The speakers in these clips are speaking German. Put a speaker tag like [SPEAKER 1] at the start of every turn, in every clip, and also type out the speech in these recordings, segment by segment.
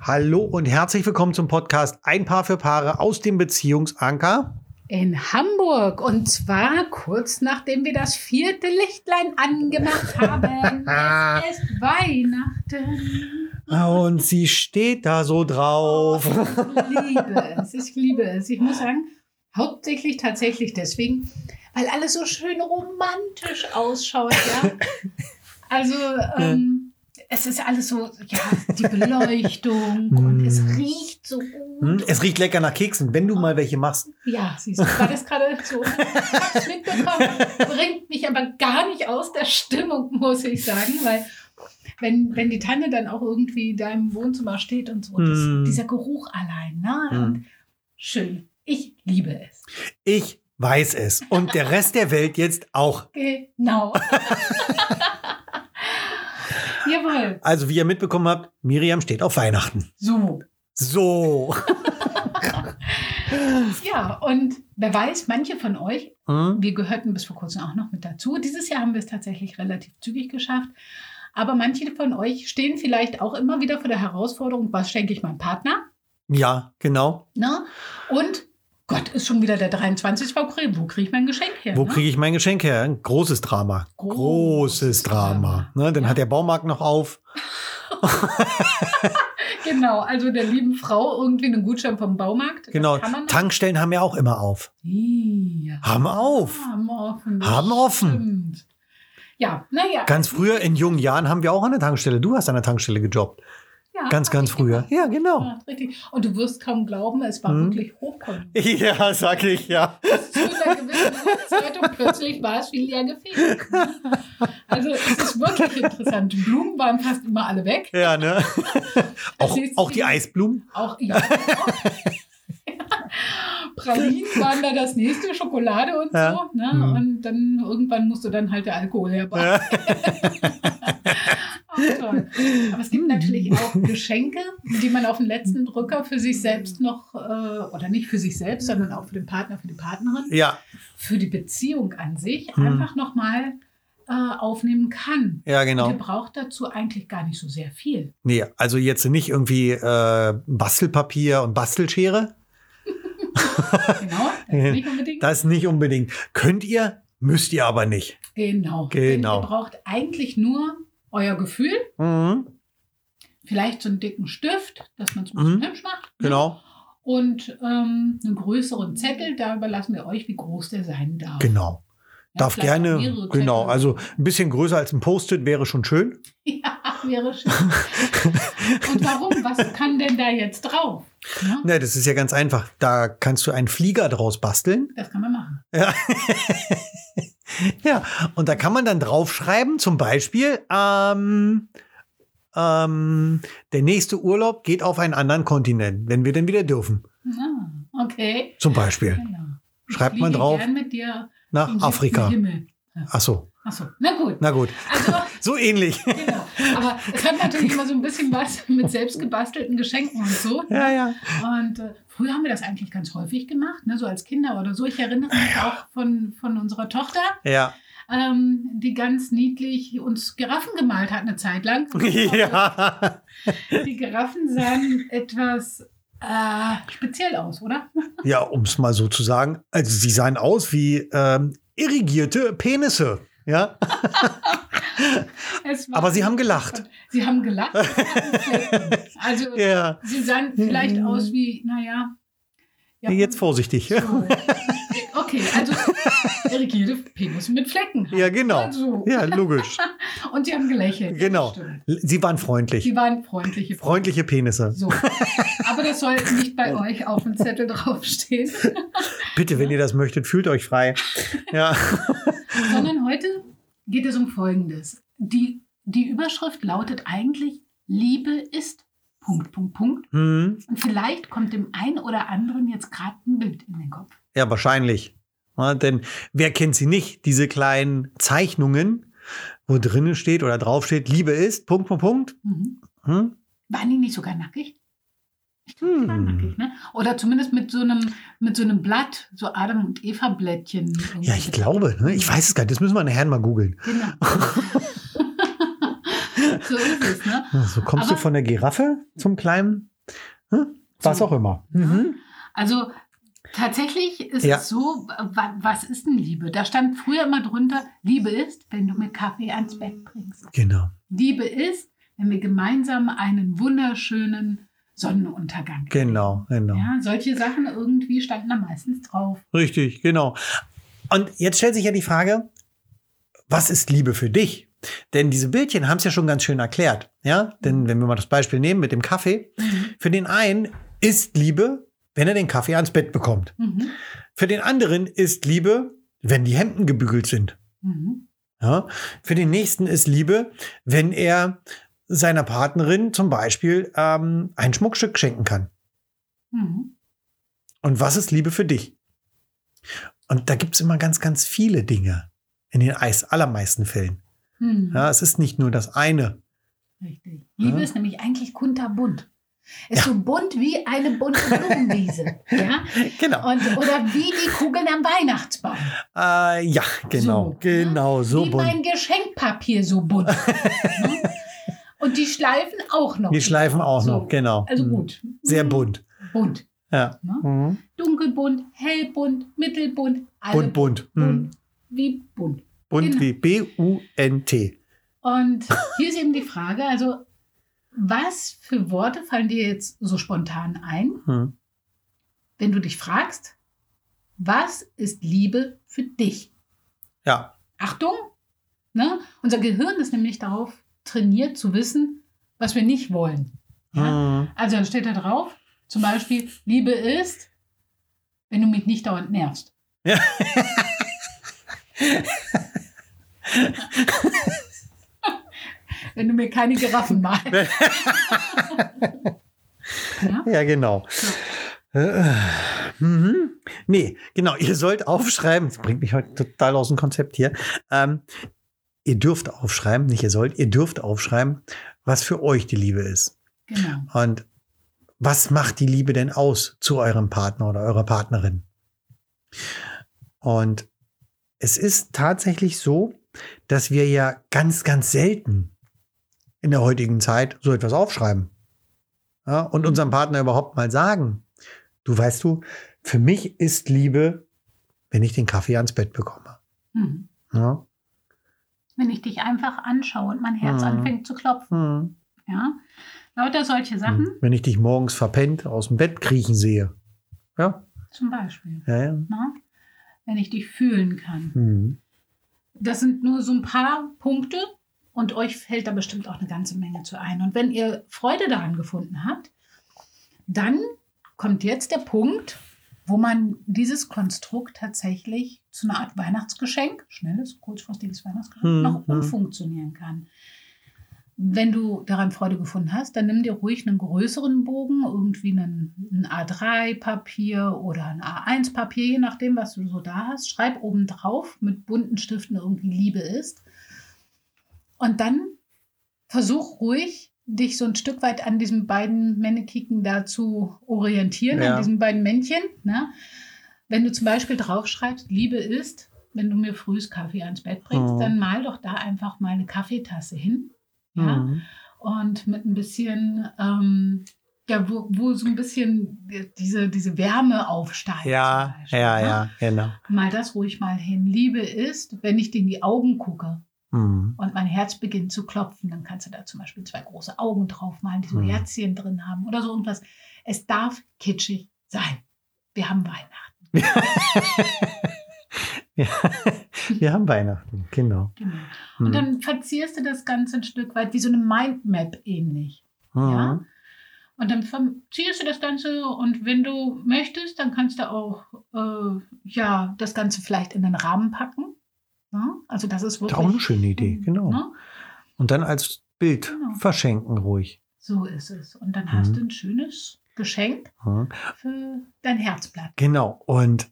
[SPEAKER 1] Hallo und herzlich willkommen zum Podcast Ein Paar für Paare aus dem Beziehungsanker.
[SPEAKER 2] In Hamburg und zwar kurz nachdem wir das vierte Lichtlein angemacht haben. es ist Weihnachten.
[SPEAKER 1] Und sie steht da so drauf.
[SPEAKER 2] Ich liebe es, ich liebe es. Ich muss sagen, hauptsächlich tatsächlich deswegen, weil alles so schön romantisch ausschaut. Ja? Also ähm, es ist alles so, ja, die Beleuchtung und es riecht so
[SPEAKER 1] Hm,
[SPEAKER 2] gut.
[SPEAKER 1] Es riecht lecker nach Keksen, wenn du mal welche machst.
[SPEAKER 2] Ja, siehst du, war das gerade so. Ich hab's mitbekommen, bringt mich aber gar nicht aus der Stimmung, muss ich sagen, weil wenn, wenn die Tanne dann auch irgendwie da im Wohnzimmer steht und so, das,
[SPEAKER 1] Hm.
[SPEAKER 2] dieser Geruch allein, ne?
[SPEAKER 1] Hm.
[SPEAKER 2] Und schön. Ich liebe es.
[SPEAKER 1] Ich weiß es. Und der Rest der Welt jetzt auch.
[SPEAKER 2] Genau. Jawohl.
[SPEAKER 1] Also, wie ihr mitbekommen habt, Miriam steht auf Weihnachten.
[SPEAKER 2] So.
[SPEAKER 1] So.
[SPEAKER 2] Ja, und wer weiß, manche von euch
[SPEAKER 1] Hm?
[SPEAKER 2] Wir gehörten bis vor kurzem auch noch mit dazu. Dieses Jahr haben wir es tatsächlich relativ zügig geschafft. Aber manche von euch stehen vielleicht auch immer wieder vor der Herausforderung, was schenke ich meinem Partner?
[SPEAKER 1] Ja, genau.
[SPEAKER 2] Ne? Und Gott, ist schon wieder der 23. Wo kriege wo krieg ich mein Geschenk her?
[SPEAKER 1] Wo
[SPEAKER 2] ne?
[SPEAKER 1] kriege ich mein Geschenk her? Ein Großes Drama.
[SPEAKER 2] Großes
[SPEAKER 1] Großes Drama. Ne, dann
[SPEAKER 2] Ja.
[SPEAKER 1] hat der Baumarkt noch auf.
[SPEAKER 2] Genau, also der lieben Frau irgendwie einen Gutschein vom Baumarkt. Das
[SPEAKER 1] Genau.
[SPEAKER 2] Kann man
[SPEAKER 1] Tankstellen haben ja auch immer auf.
[SPEAKER 2] ja.
[SPEAKER 1] Haben auf.
[SPEAKER 2] Haben offen.
[SPEAKER 1] Haben offen.
[SPEAKER 2] Ah, Stimmt. Ja, naja.
[SPEAKER 1] Ganz früher, in jungen Jahren, haben wir auch an der Tankstelle. Du hast an der Tankstelle gejobbt.
[SPEAKER 2] Ja,
[SPEAKER 1] Ganz, ganz früher. Ja, genau.
[SPEAKER 2] Ah, Ja, richtig. Und du wirst kaum glauben, es war
[SPEAKER 1] Hm.
[SPEAKER 2] wirklich hochkommen.
[SPEAKER 1] Ja, sag ich, ja.
[SPEAKER 2] zu einer gewissen Zeitung plötzlich war es viel leer gefehlt. Also es ist wirklich interessant. Die Blumen waren fast immer alle weg.
[SPEAKER 1] Ja, ne? Auch,
[SPEAKER 2] Siehst du,
[SPEAKER 1] auch die
[SPEAKER 2] wie-
[SPEAKER 1] Eisblumen.
[SPEAKER 2] Auch ja. Pralinen waren da das nächste, Schokolade und
[SPEAKER 1] Ja.
[SPEAKER 2] so. Ne?
[SPEAKER 1] Mhm.
[SPEAKER 2] Und dann irgendwann musste dann halt der Alkohol herbei.
[SPEAKER 1] Ja.
[SPEAKER 2] Auch toll. Aber es gibt natürlich
[SPEAKER 1] Mhm.
[SPEAKER 2] auch Geschenke, die man auf den letzten Drücker für sich selbst noch, äh, oder nicht für sich selbst, sondern auch für den Partner, für die Partnerin
[SPEAKER 1] Ja,
[SPEAKER 2] für die Beziehung an sich
[SPEAKER 1] Hm.
[SPEAKER 2] einfach nochmal äh, aufnehmen kann.
[SPEAKER 1] ja,
[SPEAKER 2] Genau.
[SPEAKER 1] genau.
[SPEAKER 2] Ihr braucht dazu eigentlich gar nicht so sehr viel.
[SPEAKER 1] Nee, also jetzt nicht irgendwie äh, Bastelpapier und Bastelschere.
[SPEAKER 2] Genau, das ist nicht unbedingt.
[SPEAKER 1] Das nicht unbedingt. Könnt ihr, müsst ihr aber nicht.
[SPEAKER 2] genau.
[SPEAKER 1] Genau.
[SPEAKER 2] Denn Ihr braucht eigentlich nur euer Gefühl,
[SPEAKER 1] Mhm.
[SPEAKER 2] vielleicht so einen dicken Stift, dass man es ein
[SPEAKER 1] Mhm.
[SPEAKER 2] bisschen hübsch macht. ne?
[SPEAKER 1] Genau.
[SPEAKER 2] Und ähm, einen größeren Zettel, da überlassen wir euch, wie groß der sein darf.
[SPEAKER 1] Genau.
[SPEAKER 2] Ja,
[SPEAKER 1] Darf
[SPEAKER 2] vielleicht auch
[SPEAKER 1] gerne,
[SPEAKER 2] mehrere
[SPEAKER 1] genau,
[SPEAKER 2] Zettel.
[SPEAKER 1] also ein bisschen größer als ein Post-it wäre schon schön.
[SPEAKER 2] Ja, wäre schön. Und warum? Was kann denn da jetzt drauf? Ne?
[SPEAKER 1] Ne, das ist ja ganz einfach. Da kannst du einen Flieger draus basteln.
[SPEAKER 2] Das kann man machen.
[SPEAKER 1] Ja, und da kann man dann draufschreiben, zum Beispiel, ähm, ähm, der nächste Urlaub geht auf einen anderen Kontinent, wenn wir denn wieder dürfen.
[SPEAKER 2] Ah, okay.
[SPEAKER 1] Zum Beispiel.
[SPEAKER 2] Genau. Ich
[SPEAKER 1] Schreibt man
[SPEAKER 2] fliege
[SPEAKER 1] drauf
[SPEAKER 2] Gern mit dir
[SPEAKER 1] nach
[SPEAKER 2] in den
[SPEAKER 1] Afrika.
[SPEAKER 2] Himmel.
[SPEAKER 1] Ach so,
[SPEAKER 2] Achso, na gut.
[SPEAKER 1] na gut.
[SPEAKER 2] Also,
[SPEAKER 1] So ähnlich.
[SPEAKER 2] genau. Aber es hat natürlich immer so ein bisschen was mit selbstgebastelten Geschenken und so.
[SPEAKER 1] Ja, ja.
[SPEAKER 2] Und äh, früher haben wir das eigentlich ganz häufig gemacht, ne? so als Kinder oder so. Ich erinnere mich auch von, von unserer Tochter,
[SPEAKER 1] Ja.
[SPEAKER 2] ähm, die ganz niedlich uns Giraffen gemalt hat eine Zeit lang.
[SPEAKER 1] ja.
[SPEAKER 2] Die Giraffen sahen etwas äh, speziell aus, oder?
[SPEAKER 1] Ja, um es mal so zu sagen. Also sie sahen aus wie ähm, irrigierte Penisse. Ja.
[SPEAKER 2] Es war-
[SPEAKER 1] Aber sie haben gelacht.
[SPEAKER 2] Sie haben gelacht. und hatten Flecken. Also
[SPEAKER 1] Ja.
[SPEAKER 2] Sie sahen vielleicht aus wie, naja. ja,
[SPEAKER 1] Mhm.
[SPEAKER 2] um
[SPEAKER 1] Jetzt vorsichtig.
[SPEAKER 2] so. Okay, also irrigierte Penis mit Flecken.
[SPEAKER 1] Ja, genau.
[SPEAKER 2] Also.
[SPEAKER 1] Ja, logisch.
[SPEAKER 2] Und sie haben gelächelt.
[SPEAKER 1] Genau.
[SPEAKER 2] Stimmt.
[SPEAKER 1] Sie waren freundlich.
[SPEAKER 2] Sie waren freundliche
[SPEAKER 1] Freundliche Penisse.
[SPEAKER 2] So. Aber das soll nicht bei euch auf dem Zettel draufstehen,
[SPEAKER 1] Bitte, wenn ihr das möchtet, fühlt euch frei. Ja.
[SPEAKER 2] sondern heute geht es um Folgendes. Die, die Überschrift lautet eigentlich: Liebe ist. Punkt, Punkt, Punkt.
[SPEAKER 1] Hm.
[SPEAKER 2] Und vielleicht kommt dem einen oder anderen jetzt gerade ein Bild in den Kopf.
[SPEAKER 1] Ja, wahrscheinlich. Ja, denn wer kennt sie nicht, diese kleinen Zeichnungen, wo drinnen steht oder drauf steht, Liebe ist, Punkt, Punkt, Punkt.
[SPEAKER 2] Mhm.
[SPEAKER 1] Hm?
[SPEAKER 2] Waren die nicht sogar nackig? Ich glaube, die waren
[SPEAKER 1] Hm.
[SPEAKER 2] nackig, ne? Oder zumindest mit so einem, mit so einem Blatt, so Adam- und Eva-Blättchen. irgendwie.
[SPEAKER 1] Ja, ich glaube, ne? ich weiß es gar nicht, das müssen wir nachher mal googeln.
[SPEAKER 2] Genau. so ist es, ne?
[SPEAKER 1] So kommst du
[SPEAKER 2] Aber-
[SPEAKER 1] von der Giraffe zum kleinen Hm? Was auch immer. Mhm.
[SPEAKER 2] Also tatsächlich ist
[SPEAKER 1] Ja.
[SPEAKER 2] es so, wa- was ist denn Liebe? Da stand früher immer drunter, Liebe ist, wenn du mir Kaffee ans Bett bringst.
[SPEAKER 1] Genau.
[SPEAKER 2] Liebe ist, wenn wir gemeinsam einen wunderschönen Sonnenuntergang
[SPEAKER 1] Genau, genau.
[SPEAKER 2] Ja, solche Sachen irgendwie standen da meistens drauf.
[SPEAKER 1] Richtig, genau. Und jetzt stellt sich ja die Frage, was ist Liebe für dich? Denn diese Bildchen haben es ja schon ganz schön erklärt. Ja, denn wenn wir mal das Beispiel nehmen mit dem Kaffee, für den einen ist Liebe, wenn er den Kaffee ans Bett bekommt.
[SPEAKER 2] Mhm.
[SPEAKER 1] Für den anderen ist Liebe, wenn die Hemden gebügelt sind.
[SPEAKER 2] Mhm.
[SPEAKER 1] Ja? Für den nächsten ist Liebe, wenn er seiner Partnerin zum Beispiel ähm, ein Schmuckstück schenken kann. Hm.
[SPEAKER 2] Mhm.
[SPEAKER 1] Und was ist Liebe für dich? Und da gibt es immer ganz, ganz viele Dinge in den Eis allermeisten Fällen.
[SPEAKER 2] Mhm.
[SPEAKER 1] Ja, es ist nicht nur das eine.
[SPEAKER 2] Richtig. Liebe
[SPEAKER 1] Ja.
[SPEAKER 2] ist nämlich eigentlich kunterbunt. Ist
[SPEAKER 1] Ja.
[SPEAKER 2] so bunt wie eine bunte Blumenwiese. ja?
[SPEAKER 1] Genau.
[SPEAKER 2] Und, oder wie die Kugeln am Weihnachtsbaum.
[SPEAKER 1] Äh, ja, genau.
[SPEAKER 2] So. ne?
[SPEAKER 1] Genau, so
[SPEAKER 2] wie
[SPEAKER 1] bunt.
[SPEAKER 2] mein Geschenkpapier so bunt. Ne? Und die Schleifen auch noch.
[SPEAKER 1] Die Schleifen auch
[SPEAKER 2] So.
[SPEAKER 1] noch, genau.
[SPEAKER 2] Also
[SPEAKER 1] Mhm.
[SPEAKER 2] gut.
[SPEAKER 1] Sehr
[SPEAKER 2] Mhm.
[SPEAKER 1] bunt.
[SPEAKER 2] Bunt.
[SPEAKER 1] Ja.
[SPEAKER 2] Ne?
[SPEAKER 1] Mhm.
[SPEAKER 2] Dunkelbunt, hellbunt, mittelbunt, alle
[SPEAKER 1] Bunt, bunt. Mhm.
[SPEAKER 2] Also bunt wie bunt.
[SPEAKER 1] Bunt
[SPEAKER 2] Genau.
[SPEAKER 1] wie B-U-N-T.
[SPEAKER 2] Und hier ist eben die Frage, also was für Worte fallen dir jetzt so spontan ein,
[SPEAKER 1] Mhm.
[SPEAKER 2] wenn du dich fragst, was ist Liebe für dich?
[SPEAKER 1] Ja,
[SPEAKER 2] Achtung, ne? unser Gehirn ist nämlich darauf trainiert zu wissen, was wir nicht wollen. Ja?
[SPEAKER 1] Mhm.
[SPEAKER 2] Also dann steht da drauf, zum Beispiel, Liebe ist, wenn du mich nicht dauernd nervst.
[SPEAKER 1] Ja.
[SPEAKER 2] wenn du mir keine Giraffen malst. ja?
[SPEAKER 1] ja genau. Äh, Mhm. Nee, genau. Ihr sollt aufschreiben. Das bringt mich heute total aus dem Konzept hier. Ähm, ihr dürft aufschreiben, nicht ihr sollt, ihr dürft aufschreiben, was für euch die Liebe ist.
[SPEAKER 2] Genau.
[SPEAKER 1] Und was macht die Liebe denn aus zu eurem Partner oder eurer Partnerin? Und es ist tatsächlich so, dass wir ja ganz, ganz selten in der heutigen Zeit so etwas aufschreiben. Ja, und unserem Partner überhaupt mal sagen, du weißt du, für mich ist Liebe, wenn ich den Kaffee ans Bett bekomme.
[SPEAKER 2] Hm.
[SPEAKER 1] Ja?
[SPEAKER 2] Wenn ich dich einfach anschaue und mein Herz
[SPEAKER 1] Mhm.
[SPEAKER 2] anfängt zu klopfen.
[SPEAKER 1] Hm.
[SPEAKER 2] Ja? Lauter solche Sachen
[SPEAKER 1] Wenn ich dich morgens verpennt aus dem Bett kriechen sehe. Ja,
[SPEAKER 2] zum Beispiel.
[SPEAKER 1] ja, ja.
[SPEAKER 2] Ne? Wenn ich dich fühlen kann.
[SPEAKER 1] Hm.
[SPEAKER 2] Das sind nur so ein paar Punkte und euch fällt da bestimmt auch eine ganze Menge zu ein. Und wenn ihr Freude daran gefunden habt, dann kommt jetzt der Punkt, wo man dieses Konstrukt tatsächlich zu einer Art Weihnachtsgeschenk, schnelles, kurzfristiges Weihnachtsgeschenk,
[SPEAKER 1] Hm,
[SPEAKER 2] noch
[SPEAKER 1] hm.
[SPEAKER 2] umfunktionieren kann. Wenn du daran Freude gefunden hast, dann nimm dir ruhig einen größeren Bogen, irgendwie einen, ein A3-Papier oder ein A1-Papier, je nachdem, was du so da hast. Schreib oben drauf mit bunten Stiften irgendwie Liebe ist. Und dann versuch ruhig, dich so ein Stück weit an diesen beiden Männekicken da zu orientieren,
[SPEAKER 1] Ja.
[SPEAKER 2] an diesen beiden Männchen. Ne? Wenn du zum Beispiel draufschreibst, Liebe ist, wenn du mir frühs Kaffee ans Bett bringst,
[SPEAKER 1] Mhm.
[SPEAKER 2] dann mal doch da einfach mal eine Kaffeetasse hin. Ja?
[SPEAKER 1] Hm.
[SPEAKER 2] Und mit ein bisschen, ähm, ja, wo, wo so ein bisschen diese, diese Wärme aufsteigt.
[SPEAKER 1] Ja,
[SPEAKER 2] zum Beispiel,
[SPEAKER 1] ja,
[SPEAKER 2] ne?
[SPEAKER 1] ja, genau.
[SPEAKER 2] Mal das ruhig mal hin. Liebe ist, wenn ich dir in die Augen gucke
[SPEAKER 1] Mhm.
[SPEAKER 2] und mein Herz beginnt zu klopfen, dann kannst du da zum Beispiel zwei große Augen drauf malen, die so
[SPEAKER 1] Mhm.
[SPEAKER 2] Herzchen drin haben oder so irgendwas. Es darf kitschig sein. Wir haben Weihnachten.
[SPEAKER 1] Ja. Wir haben Weihnachten, genau.
[SPEAKER 2] Genau.
[SPEAKER 1] Mhm.
[SPEAKER 2] Und dann verzierst du das Ganze ein Stück weit wie so eine Mindmap ähnlich.
[SPEAKER 1] Mhm.
[SPEAKER 2] ja? Und dann verzierst du das Ganze und wenn du möchtest, dann kannst du auch äh, ja, das Ganze vielleicht in den Rahmen packen. Ja? Also das ist
[SPEAKER 1] Das ist auch eine
[SPEAKER 2] wirklich...
[SPEAKER 1] schöne Idee, genau.
[SPEAKER 2] Ne?
[SPEAKER 1] Und dann als Bild
[SPEAKER 2] Genau.
[SPEAKER 1] verschenken ruhig.
[SPEAKER 2] So ist es. Und dann hast
[SPEAKER 1] Mhm.
[SPEAKER 2] du ein schönes Geschenk
[SPEAKER 1] Mhm.
[SPEAKER 2] für dein Herzblatt.
[SPEAKER 1] Genau. Und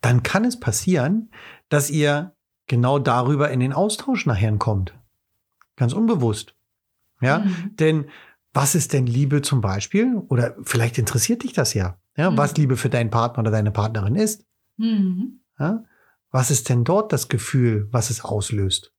[SPEAKER 1] dann kann es passieren, dass ihr genau darüber in den Austausch nachher kommt. Ganz unbewusst. Ja.
[SPEAKER 2] Mhm.
[SPEAKER 1] Denn was ist denn Liebe zum Beispiel? Oder vielleicht interessiert dich das ja. ja
[SPEAKER 2] Mhm.
[SPEAKER 1] Was Liebe für deinen Partner oder deine Partnerin ist.
[SPEAKER 2] Mhm.
[SPEAKER 1] Ja? Was ist denn dort das Gefühl, was es auslöst?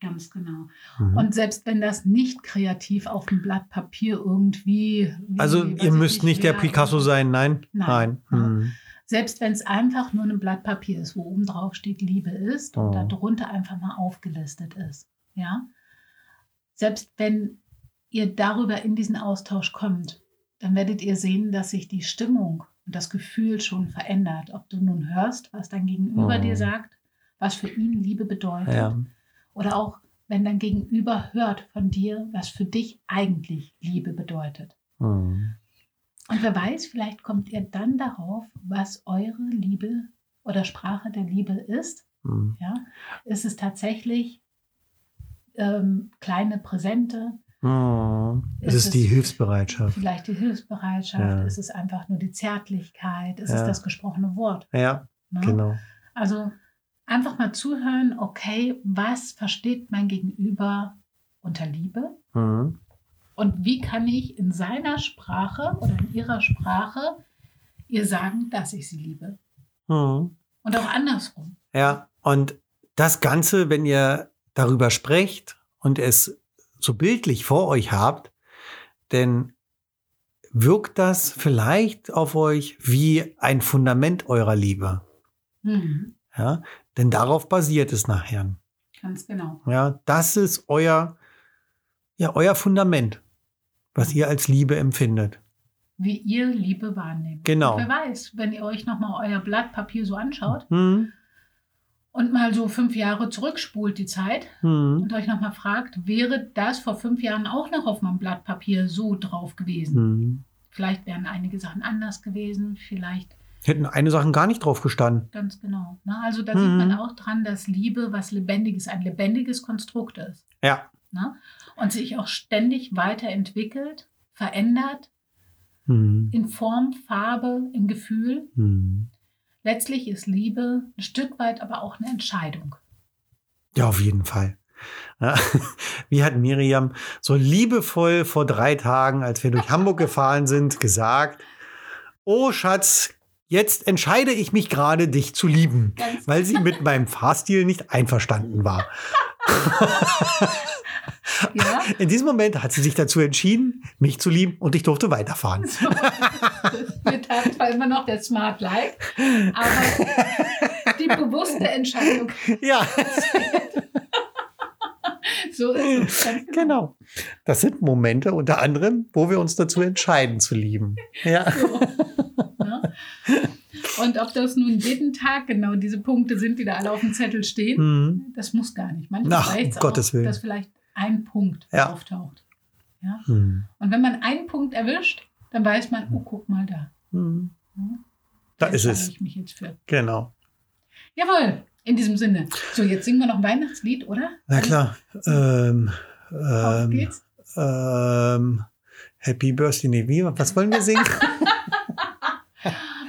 [SPEAKER 2] Ganz genau.
[SPEAKER 1] Mhm.
[SPEAKER 2] Und selbst wenn das nicht kreativ auf dem Blatt Papier irgendwie. wie-
[SPEAKER 1] also ihr
[SPEAKER 2] weiß ich
[SPEAKER 1] müsst nicht der
[SPEAKER 2] wer-
[SPEAKER 1] Picasso sein, nein?
[SPEAKER 2] Nein.
[SPEAKER 1] Hm.
[SPEAKER 2] Selbst wenn es einfach nur ein Blatt Papier ist, wo oben drauf steht Liebe ist
[SPEAKER 1] Oh.
[SPEAKER 2] und darunter einfach mal aufgelistet ist. Ja? Selbst wenn ihr darüber in diesen Austausch kommt, dann werdet ihr sehen, dass sich die Stimmung und das Gefühl schon verändert. Ob du nun hörst, was dein Gegenüber
[SPEAKER 1] Oh.
[SPEAKER 2] dir sagt, was für ihn Liebe bedeutet.
[SPEAKER 1] Mhm. Ja.
[SPEAKER 2] Oder auch, wenn dein Gegenüber hört von dir, was für dich eigentlich Liebe bedeutet.
[SPEAKER 1] Hm.
[SPEAKER 2] Und wer weiß, vielleicht kommt ihr dann darauf, was eure Liebe oder Sprache der Liebe ist.
[SPEAKER 1] Hm.
[SPEAKER 2] Ja? Ist es tatsächlich ähm, kleine Präsente,
[SPEAKER 1] Hm. Es
[SPEAKER 2] Es
[SPEAKER 1] ist die
[SPEAKER 2] ist-
[SPEAKER 1] Hilfsbereitschaft.
[SPEAKER 2] vielleicht die Hilfsbereitschaft,
[SPEAKER 1] Ja.
[SPEAKER 2] ist es einfach nur die Zärtlichkeit, ist
[SPEAKER 1] Ja.
[SPEAKER 2] es das gesprochene Wort?
[SPEAKER 1] Ja,
[SPEAKER 2] Ne?
[SPEAKER 1] genau.
[SPEAKER 2] Also einfach mal zuhören, okay, was versteht mein Gegenüber unter Liebe?
[SPEAKER 1] Hm.
[SPEAKER 2] Und wie kann ich in seiner Sprache oder in ihrer Sprache ihr sagen, dass ich sie liebe?
[SPEAKER 1] Hm.
[SPEAKER 2] Und auch andersrum.
[SPEAKER 1] Ja, und das Ganze, wenn ihr darüber sprecht und es so bildlich vor euch habt, dann wirkt das vielleicht auf euch wie ein Fundament eurer Liebe.
[SPEAKER 2] Hm,
[SPEAKER 1] Ja, denn darauf basiert es nachher.
[SPEAKER 2] ganz genau.
[SPEAKER 1] Ja, das ist euer, ja, euer Fundament, was ihr als Liebe empfindet.
[SPEAKER 2] Wie ihr Liebe wahrnehmt.
[SPEAKER 1] Genau.
[SPEAKER 2] Und wer weiß, wenn ihr euch nochmal euer Blatt Papier so anschaut
[SPEAKER 1] Hm,
[SPEAKER 2] und mal so fünf Jahre zurückspult die Zeit
[SPEAKER 1] hm,
[SPEAKER 2] und euch nochmal fragt, wäre das vor fünf Jahren auch noch auf meinem Blatt Papier so drauf gewesen?
[SPEAKER 1] hm.
[SPEAKER 2] Vielleicht wären einige Sachen anders gewesen, vielleicht
[SPEAKER 1] Hätten eine Sachen gar nicht drauf gestanden.
[SPEAKER 2] Ganz genau. Ne? Also da
[SPEAKER 1] Mhm.
[SPEAKER 2] sieht man auch dran, dass Liebe was Lebendiges, ein lebendiges Konstrukt ist.
[SPEAKER 1] Ja.
[SPEAKER 2] Ne? Und sich auch ständig weiterentwickelt, verändert,
[SPEAKER 1] Hm,
[SPEAKER 2] in Form, Farbe, im Gefühl.
[SPEAKER 1] hm.
[SPEAKER 2] Letztlich ist Liebe ein Stück weit aber auch eine Entscheidung.
[SPEAKER 1] Ja, auf jeden Fall. Ja, Wie hat Miriam so liebevoll vor drei Tagen, als wir durch Hamburg gefahren sind, gesagt, oh Schatz, jetzt entscheide ich mich gerade, dich zu lieben,
[SPEAKER 2] Ganz
[SPEAKER 1] weil sie mit meinem Fahrstil nicht einverstanden war.
[SPEAKER 2] ja.
[SPEAKER 1] In diesem Moment hat sie sich dazu entschieden, mich zu lieben und ich durfte weiterfahren.
[SPEAKER 2] So. Wir taten zwar immer noch der Smart Like, aber die bewusste Entscheidung.
[SPEAKER 1] Ja,
[SPEAKER 2] So ist es. Ganz
[SPEAKER 1] genau. Das sind Momente unter anderem, wo wir uns dazu entscheiden zu lieben. Ja. Genau.
[SPEAKER 2] Ne? Und ob das nun jeden Tag genau diese Punkte sind, die da alle auf dem Zettel stehen,
[SPEAKER 1] Mhm.
[SPEAKER 2] das muss gar nicht. Manchmal
[SPEAKER 1] Ach, um
[SPEAKER 2] reicht's
[SPEAKER 1] Gottes Willen.
[SPEAKER 2] dass vielleicht ein Punkt
[SPEAKER 1] Ja.
[SPEAKER 2] auftaucht. Ja?
[SPEAKER 1] Mhm.
[SPEAKER 2] Und wenn man einen Punkt erwischt, dann weiß man, oh, guck mal da.
[SPEAKER 1] Mhm. Da ist
[SPEAKER 2] entscheide
[SPEAKER 1] es.
[SPEAKER 2] ich mich jetzt für.
[SPEAKER 1] Genau.
[SPEAKER 2] Jawohl, in diesem Sinne. So, jetzt singen wir noch ein Weihnachtslied, oder?
[SPEAKER 1] Na klar. Ähm,
[SPEAKER 2] Auf
[SPEAKER 1] ähm,
[SPEAKER 2] geht's.
[SPEAKER 1] ähm, Happy Birthday, nee, wie, was wollen wir singen?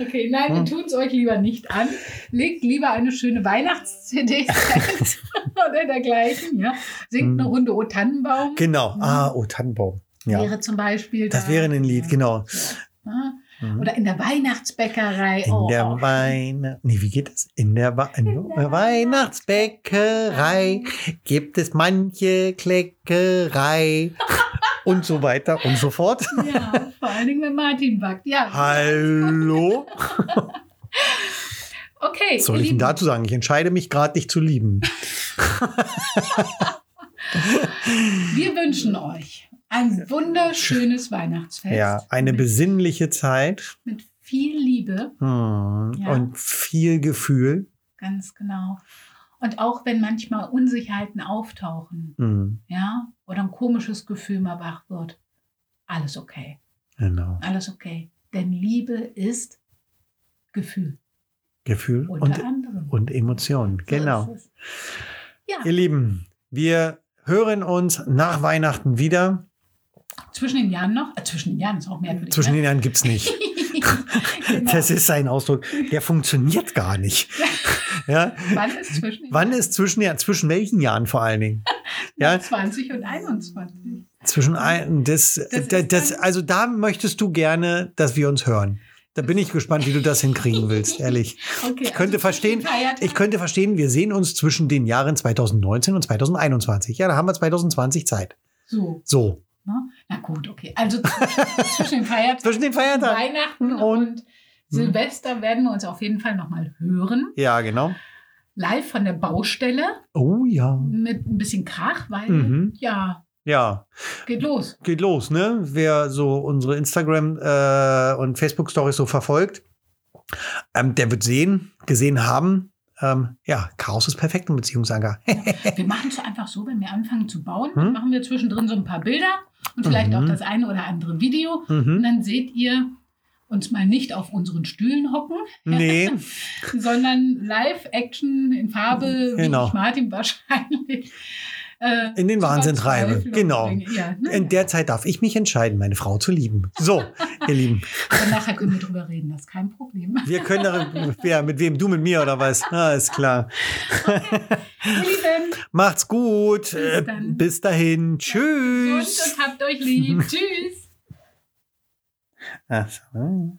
[SPEAKER 2] Okay, nein,
[SPEAKER 1] Hm.
[SPEAKER 2] wir tun es euch lieber nicht an. Legt lieber eine schöne Weihnachts-CD oder dergleichen. Ja? Singt eine
[SPEAKER 1] Hm.
[SPEAKER 2] Runde O Tannenbaum.
[SPEAKER 1] genau. Ah, oh, Tannenbaum. Ja.
[SPEAKER 2] wäre zum Beispiel.
[SPEAKER 1] Das
[SPEAKER 2] da.
[SPEAKER 1] wäre ein Lied, genau.
[SPEAKER 2] Ja.
[SPEAKER 1] Mhm.
[SPEAKER 2] Oder in der Weihnachtsbäckerei.
[SPEAKER 1] In
[SPEAKER 2] oh,
[SPEAKER 1] der
[SPEAKER 2] auch
[SPEAKER 1] Wein... Nee, wie geht das? In der, Wa- in der
[SPEAKER 2] der
[SPEAKER 1] Weihnachtsbäckerei gibt es manche Kleckerei. und so weiter und so fort.
[SPEAKER 2] schön. Ja, vor allen Dingen, wenn Martin backt. Ja,
[SPEAKER 1] Hallo?
[SPEAKER 2] okay.
[SPEAKER 1] Was soll ich denn
[SPEAKER 2] ihr
[SPEAKER 1] dazu sagen? Ich entscheide mich gerade, dich zu lieben.
[SPEAKER 2] Lieben, Wir wünschen euch ein wunderschönes Weihnachtsfest.
[SPEAKER 1] Ja, eine
[SPEAKER 2] mit,
[SPEAKER 1] besinnliche Zeit
[SPEAKER 2] mit viel Liebe,
[SPEAKER 1] hm.
[SPEAKER 2] Ja.
[SPEAKER 1] und viel Gefühl.
[SPEAKER 2] ganz genau. Und auch wenn manchmal Unsicherheiten auftauchen,
[SPEAKER 1] Hm.
[SPEAKER 2] ja, oder ein komisches Gefühl mal wach wird, alles okay.
[SPEAKER 1] Genau.
[SPEAKER 2] Alles okay. Denn Liebe ist Gefühl.
[SPEAKER 1] Gefühl
[SPEAKER 2] Unter
[SPEAKER 1] und,
[SPEAKER 2] anderem.
[SPEAKER 1] und Emotionen.
[SPEAKER 2] So
[SPEAKER 1] Genau.
[SPEAKER 2] ist es. Ja,
[SPEAKER 1] Ihr Lieben, wir hören uns nach Weihnachten wieder.
[SPEAKER 2] zwischen den Jahren noch. Äh, zwischen den Jahren ist auch merkwürdig.
[SPEAKER 1] Zwischen
[SPEAKER 2] ne?
[SPEAKER 1] den Jahren gibt es nicht.
[SPEAKER 2] genau.
[SPEAKER 1] Das ist ein Ausdruck, der funktioniert gar nicht. Ja?
[SPEAKER 2] Wann ist zwischen den
[SPEAKER 1] Wann ist zwischen, ja, zwischen welchen Jahren vor allen Dingen? Ja,
[SPEAKER 2] 20 und 21?
[SPEAKER 1] zwischen ein, das,
[SPEAKER 2] Das
[SPEAKER 1] das,
[SPEAKER 2] ist
[SPEAKER 1] das,
[SPEAKER 2] dann-
[SPEAKER 1] also da möchtest du gerne, dass wir uns hören. Da bin ich gespannt, wie du das hinkriegen willst, ehrlich.
[SPEAKER 2] Okay,
[SPEAKER 1] Ich könnte
[SPEAKER 2] also zwischen
[SPEAKER 1] verstehen,
[SPEAKER 2] den Feiertagen-
[SPEAKER 1] ich könnte verstehen, wir sehen uns zwischen den Jahren 2019 und 2021. Ja, da haben wir 2020 Zeit.
[SPEAKER 2] So,
[SPEAKER 1] So,
[SPEAKER 2] ne? na gut, okay. Also zwischen zwischen den Feiertagen,
[SPEAKER 1] zwischen den Feiertagen.
[SPEAKER 2] Weihnachten
[SPEAKER 1] und-
[SPEAKER 2] und, Silvester werden wir uns auf jeden Fall nochmal hören.
[SPEAKER 1] Ja, genau.
[SPEAKER 2] Live von der Baustelle
[SPEAKER 1] Oh ja.
[SPEAKER 2] mit ein bisschen Krach, weil
[SPEAKER 1] Mhm.
[SPEAKER 2] ja,
[SPEAKER 1] Ja,
[SPEAKER 2] geht los.
[SPEAKER 1] geht los, ne? Wer so unsere Instagram äh, und Facebook Stories so verfolgt, ähm, der wird sehen, gesehen haben. Ähm, ja, Chaos ist perfekt im Beziehungsanker.
[SPEAKER 2] Wir machen es einfach so, wenn wir anfangen zu bauen,
[SPEAKER 1] Hm?
[SPEAKER 2] machen wir zwischendrin so ein paar Bilder und vielleicht
[SPEAKER 1] Mhm.
[SPEAKER 2] auch das eine oder andere Video. Und
[SPEAKER 1] mhm.
[SPEAKER 2] dann seht ihr uns mal nicht auf unseren Stühlen hocken,
[SPEAKER 1] Nee,
[SPEAKER 2] sondern Live-Action in Farbe,
[SPEAKER 1] Genau.
[SPEAKER 2] wie ich Martin wahrscheinlich. äh,
[SPEAKER 1] In den
[SPEAKER 2] zu
[SPEAKER 1] Wahnsinn
[SPEAKER 2] verzweifeln
[SPEAKER 1] treibe. Genau.
[SPEAKER 2] bringe. Ja, ne?
[SPEAKER 1] in der Zeit darf ich mich entscheiden, meine Frau zu lieben. So, ihr Lieben,
[SPEAKER 2] Aber nachher können wir drüber reden, das ist kein Problem.
[SPEAKER 1] wir können darüber, ja, mit wem, du mit mir oder was? Na, ist klar.
[SPEAKER 2] Ihr Lieben,
[SPEAKER 1] Macht's gut. Äh,
[SPEAKER 2] dann.
[SPEAKER 1] bis dahin.
[SPEAKER 2] und,
[SPEAKER 1] Tschüss.
[SPEAKER 2] und habt euch lieb. Tschüss.
[SPEAKER 1] Ach so.